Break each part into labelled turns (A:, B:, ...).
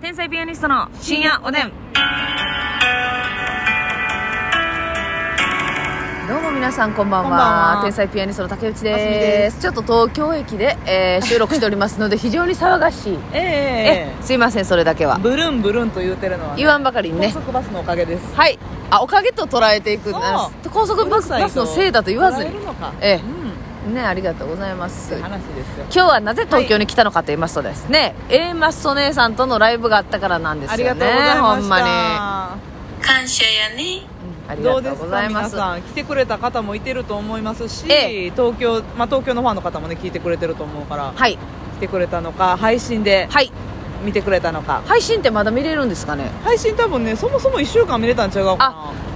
A: 天才ピアニストの深夜おでん。
B: どうも皆さんこんばんは
A: こんばんは
B: 天才ピアニストの竹内
A: あすみ
B: で
A: です
B: ちょっと東京駅で、えー 収録しておりますので非常に騒がしいえ
A: え
B: すいませんそれだけは
A: ブルンブルンと言うてるのは、
B: 言わんばかりに
A: 高
B: ね
A: 速バスのおかげです。
B: はいあおかげと捉えていく
A: そう
B: 高速バスバスのせいだと言わず
A: 捉え
B: に
A: るのか
B: ええ
A: うん、
B: ねありがとうございます今
A: 話ですよ。
B: 日はなぜ東京に来たのかと言いますとですね、A マッソ姉さんとのライブがあったからなんです
A: ありが
B: よ
A: とうご
B: ね
A: ざい
B: ほ
A: ま
B: ん
A: し
B: まに
A: た。
C: 感謝やね
B: あり
A: どう
B: が
A: で
B: とう
A: す
B: ご
A: か
B: ざいま
A: 皆
B: す
A: さん来てくれた方もいてると思いますし、
B: え
A: 東京まあ東京のファンの方もね聞いてくれてると思うから
B: はい
A: 来てくれたのか配信で
B: はい
A: 見てくれたのか
B: 配信ってまだ見れるんですかね
A: 配信多分ねそもそも1週間見れたん違うかな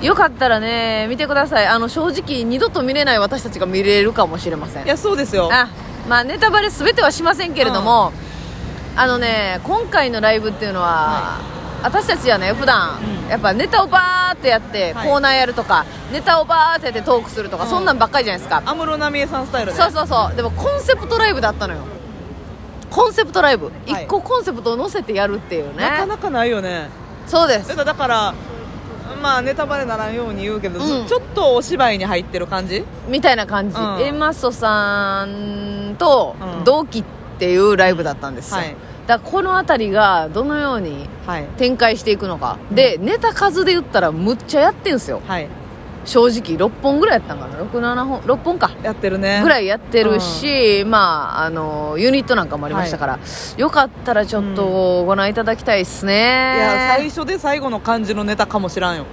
B: あよかったらね見てくださいあの正直二度と見れない私たちが見れるかもしれません
A: いやそうですよ
B: あまあネタバレ全てはしませんけれども、あのね今回のライブっていうのは、私たちはね普段、
A: うん
B: やっぱネタをバーってやって、
A: はい
B: コーナーやるとかネタをバーってやってトークするとか、
A: うん
B: そんなんばっかりじゃないですか、
A: 安室奈美恵さんスタイルで
B: そうそうそうでもコンセプトライブだったのよコンセプトライブ、一
A: はい
B: 個コンセプトを載せてやるっていうね
A: なかなかないよね
B: そうです
A: だからだからまあネタバレならんように言うけど、
B: うん
A: ちょっとお芝居に入ってる感じ
B: みたいな感じ、
A: うん
B: エマソさんと
A: うん
B: 同期っていうライブだったんですよ、
A: はい
B: だからこの辺りがどのように
A: はい
B: 展開していくのか、でネタ数で言ったらむっちゃやってんすよ
A: はい
B: 正直6本ぐらいやったんかな67本6本か
A: やってるね
B: ぐら
A: い
B: いやってるし、まああのユニットなんかもありましたから、よかったらちょっとご覧いただきたいっすね、
A: や最初で最後の感じのネタかもしらんよ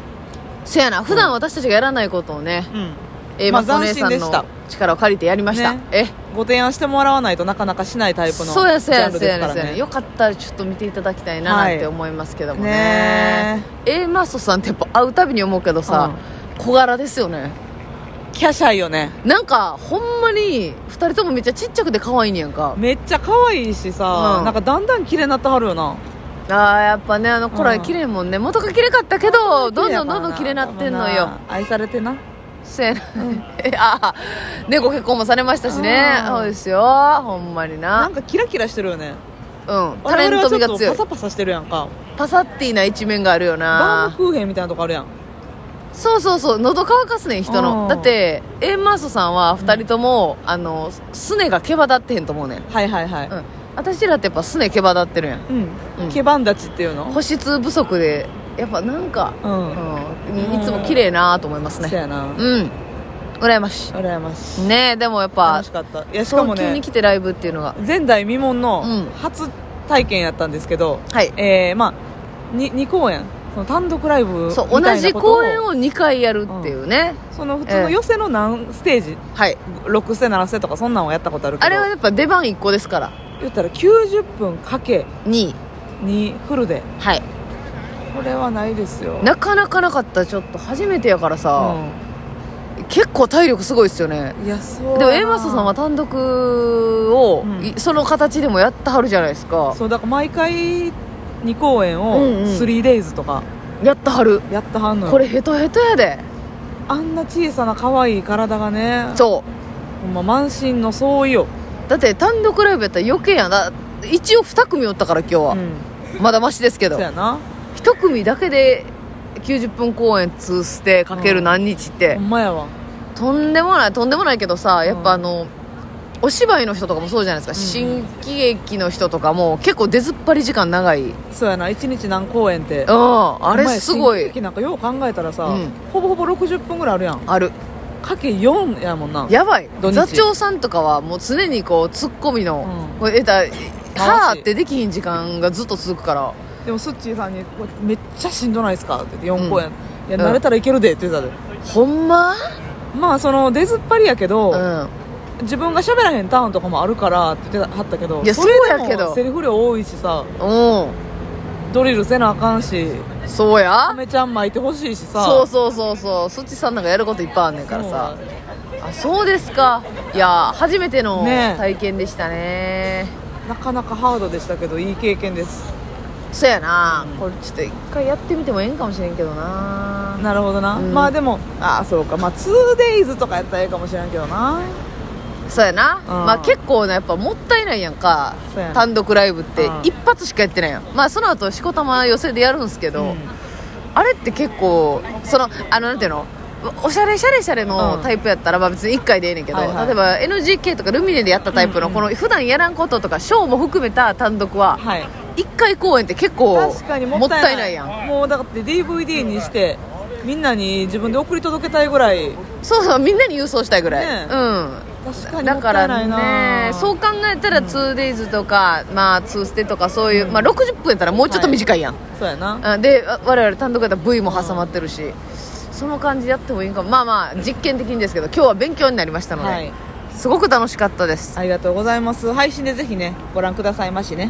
B: せやな普段私たちがやらないことをね、
A: うん
B: エ
A: ま
B: マ
A: あ
B: ソお姉さん
A: 斬新でし
B: の
A: た
B: 力を借りてやりました、
A: ね
B: え
A: ご提案してもらわないとなかなかしないタイプのジ
B: そうやそう
A: ャ
B: や
A: ンル
B: そう
A: です
B: や
A: から
B: ねそうやね
A: ね
B: よかったらちょっと見ていただきたいなな
A: は
B: ん
A: い
B: て思いますけどもね,、
A: ね
B: A マッソさんってやっぱ会うたびに思うけどさ、小柄ですよね
A: キャシャイよね
B: なんかほんまに2人ともめっちゃちっちゃくて可愛いねやんか
A: めっちゃ可愛いしさ、
B: うん
A: なんかだんだん綺麗になってはるよな
B: あーやっぱねあの子ら綺麗もんね元が綺麗かったけどどんどんどんどん綺麗になってんのよ
A: 愛されてな
B: せやな、 えあーねご結婚もされましたしね
A: うん
B: そうですよほんまに
A: な
B: なん
A: かキラキラしてるよね
B: うんタレント味
A: 我
B: が
A: 々はちょ
B: 強
A: っ
B: い
A: とパサパサしてるやんか
B: パサッティな一面がある
A: バ
B: よ
A: ー
B: な
A: ムクーヘンみたいなとこあるやん
B: そうそうそう喉乾かすねん人
A: う
B: の
A: ん
B: だってエンマーソさんは2人とも、あのすねが毛羽立ってへんと思うねん、
A: はいはいはい
B: うん、私らってやっぱすね毛羽立ってるやん
A: うん、
B: うん
A: ケバンダチっていうの
B: 保湿不足でやっぱなんか、
A: うん、
B: うん
A: うん
B: いつも綺麗なと思います
A: そう
B: ね
A: やな
B: うん羨まし
A: 羨まし
B: い
A: い、
B: ねえでもやっぱ
A: 楽しかったいやしかも
B: 東京に
A: ね
B: 来てライブっていうのが
A: 前代未聞
B: うん
A: の初体験やったんですけど、
B: はい
A: えー、まあ 2, 二公演その単独ライブみた
B: そう
A: いな
B: 同じ
A: ことを
B: 公演を2回やるっていうね、
A: その普通の寄せの何ステージ、
B: はい
A: 六6ステ7ステとかそんなんをやったことあるけど
B: あれはやっぱ出番1個ですから
A: 言ったら90分かけ
B: 2位
A: にフルで
B: はい
A: これはないですよ
B: なかなかなかったちょっと初めてやからさ、
A: う
B: 結構体力すごいですよね
A: んいやそうやな
B: でも A マストさんは単独を、
A: うん
B: いその形でもやってはるじゃないですか
A: そうだから毎回2公演を
B: うんうん
A: 3days とか
B: やってはる
A: やってはんのよ、
B: これヘトヘトやで
A: あんな小さな可愛い体がね
B: そう
A: ほんま満身の相違よ、
B: だって単独ライブやったら余計やな一応2組おったから今日は、
A: ん、
B: まだマシですけど
A: そうやな
B: 1組だけで90分公演通ステかける何日って
A: ほ、んまやわ
B: とんでもないとんでもないけどさやっぱ
A: うん
B: あの、お芝居の人とかもそうじゃないですか、
A: うん
B: 新喜劇の人とかも結構出ずっぱり時間長い
A: そうやな1日何公演って
B: うんあれすご
A: 新喜
B: い
A: 劇なんかよう考えたらさ、
B: うん
A: ほぼほぼ60分ぐらいあるやん
B: ある
A: かけ4やもんな
B: やばい
A: 土日
B: 座長さんとかはもう常にこうツッコミの、
A: うん
B: これえたはあ
A: しい
B: ってできひん時間がずっと続くから
A: でもスッチーさんにこれ「めっちゃしんどないですか?」って言って4公演、いや
B: うん
A: 慣れたらいけるでって言ってたで、
B: ほんま
A: まあその出ずっぱりやけど、
B: うん
A: 自分が喋らへんターンとかもあるからって言ってはったけど
B: い
A: れで
B: や
A: も
B: そうやけど
A: セリフ量多いしさ
B: う
A: ドリルせなあかんし
B: んそうや
A: アメちゃん巻いてほしいしさ
B: そうそうそうそうそっちさんなんかやることいっぱいあんねんからさあそうですかいや初めての
A: ねえ
B: 体験でしたね
A: なかなかハードでしたけどいい経験です
B: そうやな、
A: うん
B: これちょっと一回やってみてもええんかもしれんけどな
A: なるほどな、
B: うん
A: まあでもああそうかまあ 2days とかやったらええかもしれんけどな
B: そうやな、
A: ん
B: まあ結構なやっぱもったいないやんか
A: そうやな
B: 単独ライブって
A: うん
B: 一発しかやってないやんまあその後しこたま寄せでやるんすけど、
A: うん
B: あれって結構そのあのなんていうのおしゃれしゃれしゃれの
A: うん
B: タイプやったら、まあ別に1回でええねんけど、
A: はいはい
B: 例えば NGK とかルミネでやったタイプの、
A: うんうん
B: この普段やらんこととかショーも含めた単独は
A: はい
B: 1回公演って結構
A: 確かに
B: もったいないやん
A: もうだって DVD にしてみんなに自分で送り届けたいぐらい
B: そうそうみんなに郵送したいぐらい、
A: ねえ
B: うん
A: 確かにも
B: だ
A: っ
B: か
A: たいないな
B: らねそう考えたら 2days とか、まあ2ステとかそういう、まあ60分やったらもうちょっと短いやん、
A: そうやな
B: うんでわ我々単独やったら V も挟まってるし、その感じでやってもいいんかもまあまあ実験的にですけど今日は勉強になりましたので、
A: はい
B: すごく楽しかったです
A: ありがとうございます配信でぜひねご覧くださいましね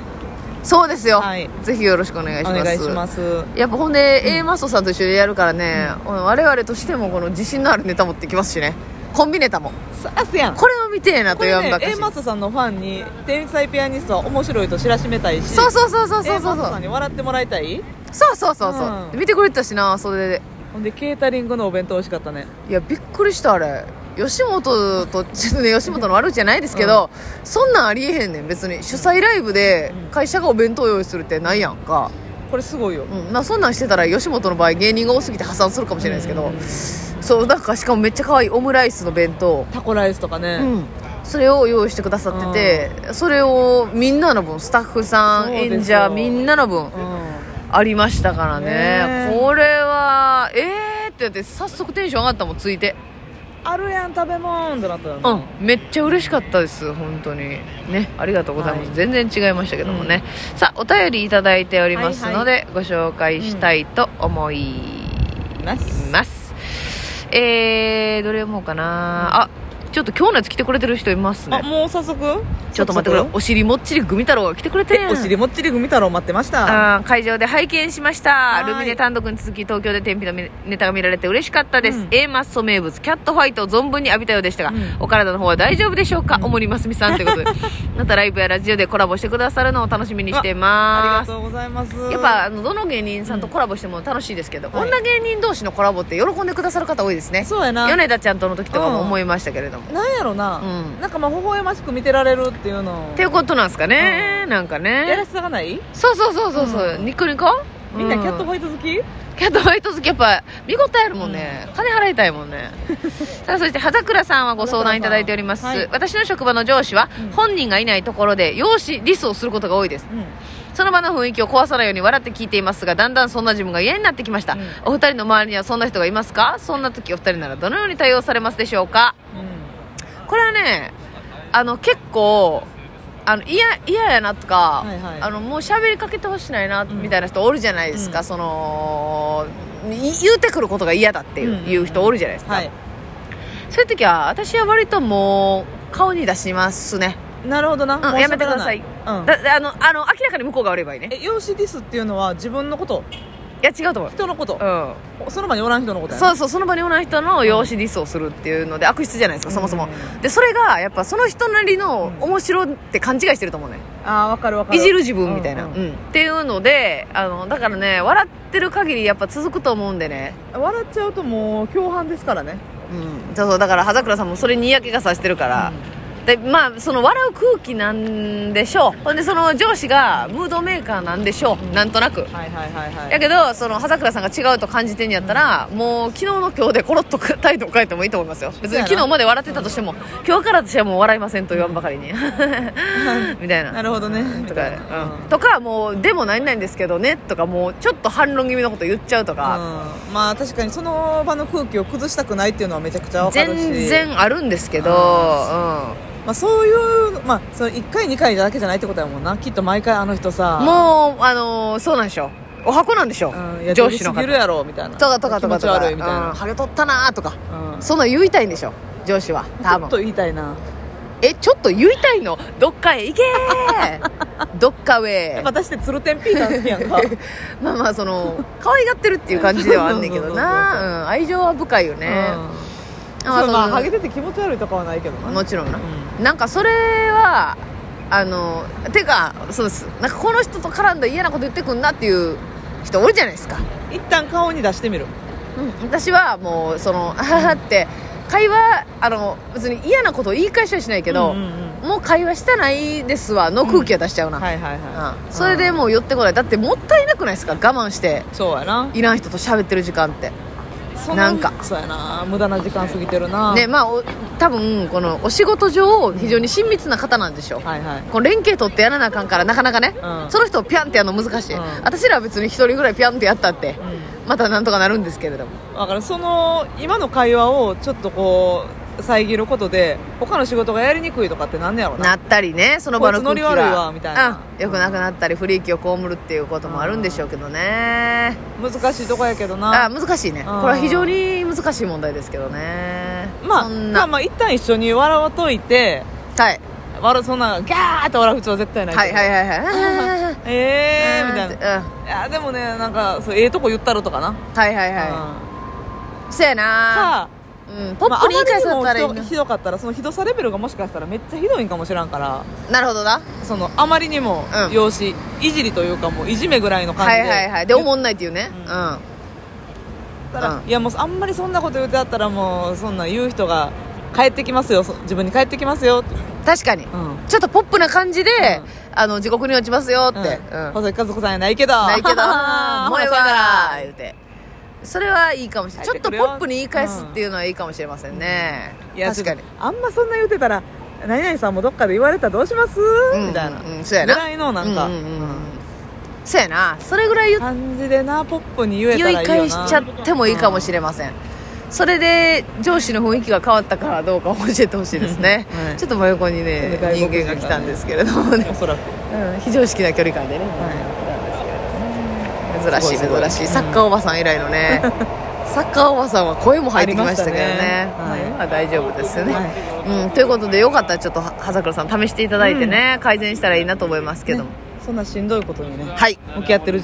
B: そうですよ、
A: はい
B: ぜひよろしくお願い
A: お
B: します
A: 願いします
B: やっぱほんで、A マストさんと一緒にやるからね、うん我々としてもこの自信のあるネタ持ってきますしねコンビネタも
A: さあすやん
B: これを見てえなと
A: こ
B: 言
A: れ
B: わんば
A: ね
B: かし、
A: A マストさんのファンに天才ピアニストは面白いと知らしめたいし
B: そうそうそうそうそう
A: A
B: そ
A: マ
B: う
A: ストさんに笑ってもらいたい
B: そうそうそうそう、
A: うん
B: 見てくれてたしなそれで
A: ほんでケータリングのお弁当美味しかったね
B: いやびっくりしたあれ吉本とちょっとね吉本の悪口じゃないですけど、そんなんありえへんねん別に主催ライブで
A: うん
B: 会社がお弁当用意するってないやんか、
A: これすごいよ
B: うん、なそんなんしてたら吉本の場合芸人が多すぎて破産するかもしれないですけど、
A: うん
B: そうなんかしかもめっちゃ可愛いオムライスの弁当、
A: タコライスとかね、
B: うん、それを用意してくださってて、それをみんなの分スタッフさん
A: そうですよ
B: 演者みんなの分ありましたからね
A: ねえ
B: これはえーってやって早速テンション上がったもんついて
A: あるやん食べ物ってなったよね、
B: うんめっちゃ嬉しかったです本当にねありがとうございます、
A: はい
B: 全然違いましたけどもね、さあお便りいただいております
A: はいはい
B: ので、ご紹介したいと思い
A: ます
B: ます、えー、どれ読もうかなあちょっと今日のやつ来てくれてる人います
A: あ
B: ね
A: もう早速
B: ちょっと待ってくれお尻もっちりグミ太郎が来てくれて
A: えお尻もっちり組太郎待ってました
B: あー会場で拝見しまし
A: は
B: た
A: い
B: ルミネ単独に続き東京で天日のネタが見られて嬉しかったです、
A: うん
B: A マッソ名物キャットファイトを存分に浴びたようでしたが、
A: うん
B: お体の方は大丈夫でしょうか、おもりますみさんという ことでまたライブやラジオでコラボしてくださるのを楽しみにして
A: あ
B: ま
A: り
B: す
A: がとうございます
B: やっぱあのどの芸人さんとコラボしても楽しいですけど、
A: はい
B: 女芸人同士のコラボって喜んでくださる方多いですね
A: そうやな
B: 米田ちゃんとの時とかも
A: うん
B: 思いましたけれども、
A: なんやろな、
B: うん
A: なんかまあ微笑ましく見てられるっていうの
B: っていうことなんですかね、
A: う
B: なんか
A: やら
B: ね
A: しさがない
B: そうそうそうそうそう、
A: うん
B: ニコニコ
A: みんなキャッ
B: う
A: トファイト好き、
B: キャットファイト好きやっぱ見応えあるもんね、金払いたいも んねさあそして葉桜さんはご相談いただいております、
A: はい
B: 私の職場の上司は
A: うん
B: 本人がいないところで容姿リスをすることが多いです
A: うん
B: その場の雰囲気を壊さないように笑って聞いていますがだんだんそんな自分が嫌になってきました、
A: うん
B: お二人の周りにはそんな人がいますかそんな時お二人ならどのように対応されますでしょうかこれはねあの結構あの嫌嫌やなとか、
A: はいはい
B: あのもう喋りかけてほしないなみたいな人おるじゃないですか、
A: うん
B: そのい言うてくることが嫌だってい
A: う
B: う,、
A: ん
B: いう人おるじゃないですか、
A: はい
B: そういう時は私は割ともう顔に出しますね
A: なるほどな、
B: ん
A: もう
B: やめてください
A: 喋らない、うん、
B: だあのあの明らかに向こうが悪い場合ね
A: え容姿ディスっていうのは自分のこと
B: いや違うと思う
A: 人のこと
B: う、ん、
A: その場におらん人のことやな
B: そうそうその場におらん人の容姿ディスをするっていうので悪質じゃないですかそもそも、でそれがやっぱその人なりの
A: うん
B: 面白って勘違いしてると思うね
A: ああわかるわかる
B: いじる自分みたいな、
A: うん
B: うんっていうのであのだからね笑ってる限りやっぱ続くと思うんでね
A: 笑っちゃうともう共犯ですからね
B: うん、そうそうだから葉桜さんもそれに嫌気がさしてるから、でまあその笑う空気なんでしょうほんでその上司がムードメーカーなんでしょう、
A: うん
B: なんとなく、
A: はいはいはいはい
B: やけどその葉桜さんが違うと感じてんやったら、もう昨日の今日でコロッとく態度を変えてもいいと思いますよ別に昨日まで笑ってたとしても、今日から私はもう笑いませんと言わんばかりに みたいな
A: なるほどね
B: と
A: み
B: か
A: たいな、うん
B: うんとかもうでもなんないんですけどねとかもうちょっと反論気味のこと言っちゃうとか、
A: うんまあ確かにその場の空気を崩したくないっていうのはめちゃくちゃわかるし
B: 全然あるんですけど、う
A: まあ、そういう、まあ、その1回2回だけじゃないってことやもんなきっと毎回あの人さ
B: んもうあのーそうなんでしょうお箱なんでしょう、
A: うん、いや
B: 上司の
A: 上司
B: 方
A: ぎるやろみたいな
B: とかとかとか
A: 気
B: と
A: 持
B: か
A: ち悪いみたい
B: うん
A: な、
B: ハゲ取ったなーとか
A: うんち
B: そんなん言いたいんでしょ上司は多
A: ょっと
B: 分
A: 言いたいな
B: えちょっと言いたいのどっかへ行け ーどっか
A: や
B: へ
A: っぱ私ってつるてんピーター好きや んか
B: まあまあその可愛がってるっていう感じではあんねんけど
A: そうそうそう
B: な、うん、愛情は深いよね、
A: うん、
B: あ
A: そうまあ
B: の
A: ハゲてて気持ち悪いとかはないけどな
B: もちろんな、
A: う
B: なんかそれはあのてかそうですなんかこの人と絡んだ嫌なこと言ってくんなっていう人おるじゃないですか、
A: 一旦顔に出してみる
B: 私はもうそのあははって会話あの別に嫌なことを言い返しはしないけど、
A: うんうん
B: もう会話したないですわの空気は出しちゃうな、
A: うんはいはいは
B: う
A: い
B: んそれでもう寄ってこないだってもったいなくないですか我慢して
A: うんそうやない
B: らん人と喋ってる時間って
A: その
B: なんか
A: そうやな無駄な時間過ぎてるな
B: ねまあお多分このお仕事上非常に親密な方なんでしょう、
A: はいはい
B: この連携取ってやらなあかんからなかなかね、
A: うん
B: その人をピャンってやるの難しい、
A: うん
B: 私らは別に一人ぐらいピャンってやったって、
A: う
B: またなんとかなるんですけれども
A: んだからその今の会話をちょっとこう遮ることで他の仕事がやりにくいとかってなんねやろな
B: なったりねその場の空気が
A: こいつノリ悪いわみたいな
B: うんよくなくなったり不利益を被るっていうこともあるんでしょうけどね、
A: 難しいとこやけど
B: あ
A: な
B: 難しいね
A: ん
B: これは非常に難しい問題ですけどね
A: まあ
B: そん
A: ま
B: な、
A: あまあ一旦一緒に笑わといて
B: はい、
A: 笑そんなギャーって笑う必要は絶対ないけ
B: は
A: ど
B: いはいはいはいはい
A: え えー、みたいな
B: な、うん、
A: いやでもねなんかそうええとこ言ったろとかな
B: はいはい
A: うん
B: は、いそやな
A: さあ
B: うんポップに言い返されたらいい
A: まああまりに
B: な
A: もひどひどかったらそのひどさレベルがもしかしたらめっちゃひどいんかもしらんから
B: なるほどな
A: そのあまりにも
B: うん
A: 容姿、いじりというかもういじめぐらいの感じで
B: はいはいはいで
A: 言っ
B: 思んないっていうね
A: うん
B: うん
A: たら、
B: う
A: いやもうあんまりそんなこと言ってあったらもうそんなん言う人が帰ってきますよそ自分に帰ってきますよって、
B: 確かに
A: うん
B: ちょっとポップな感じであの地獄に落ちますよって
A: うん
B: うん
A: 細木数子さんやないけど
B: ないけど
A: もう
B: 燃
A: え
B: えよから言うてそれはいいかもしれないちょ
A: 帰
B: っ
A: ってくる
B: とポ
A: よ
B: ップに言い返すっていうのはいいかもしれませんね
A: いや
B: 確かに
A: ちょっとあんまそんな言うてたら何々さんもどっかで言われたらどうします、
B: うん
A: みたいな
B: うんそうやな
A: ぐらいのなんか、
B: うううんそうやなそれぐらい言っ
A: 感じでなポップに言えたらい
B: 言
A: い
B: い
A: よな
B: 返しちゃってもいいかもしれません、それで上司の雰囲気が変わったかどうか教えてほしいですね、
A: はい
B: ちょっと真横にね
A: 外
B: 人
A: 国人がね
B: 間が来たんですけれどもね
A: お、そらく
B: うん非常識な距離感でね、
A: い
B: 珍しい
A: すごい
B: 珍しい
A: うん
B: サッカーおばさん以来のね サッカーおばさんは声も入ってきましたけどね
A: ありましたね
B: まあ
A: はい
B: 今は大丈夫ですよね、
A: は
B: うん、ということでよかったらちょっとは葉桜さん試していただいてね、改善したらいいなと思いますけども、
A: そんなしんどいことにね
B: はい
A: 向き合ってる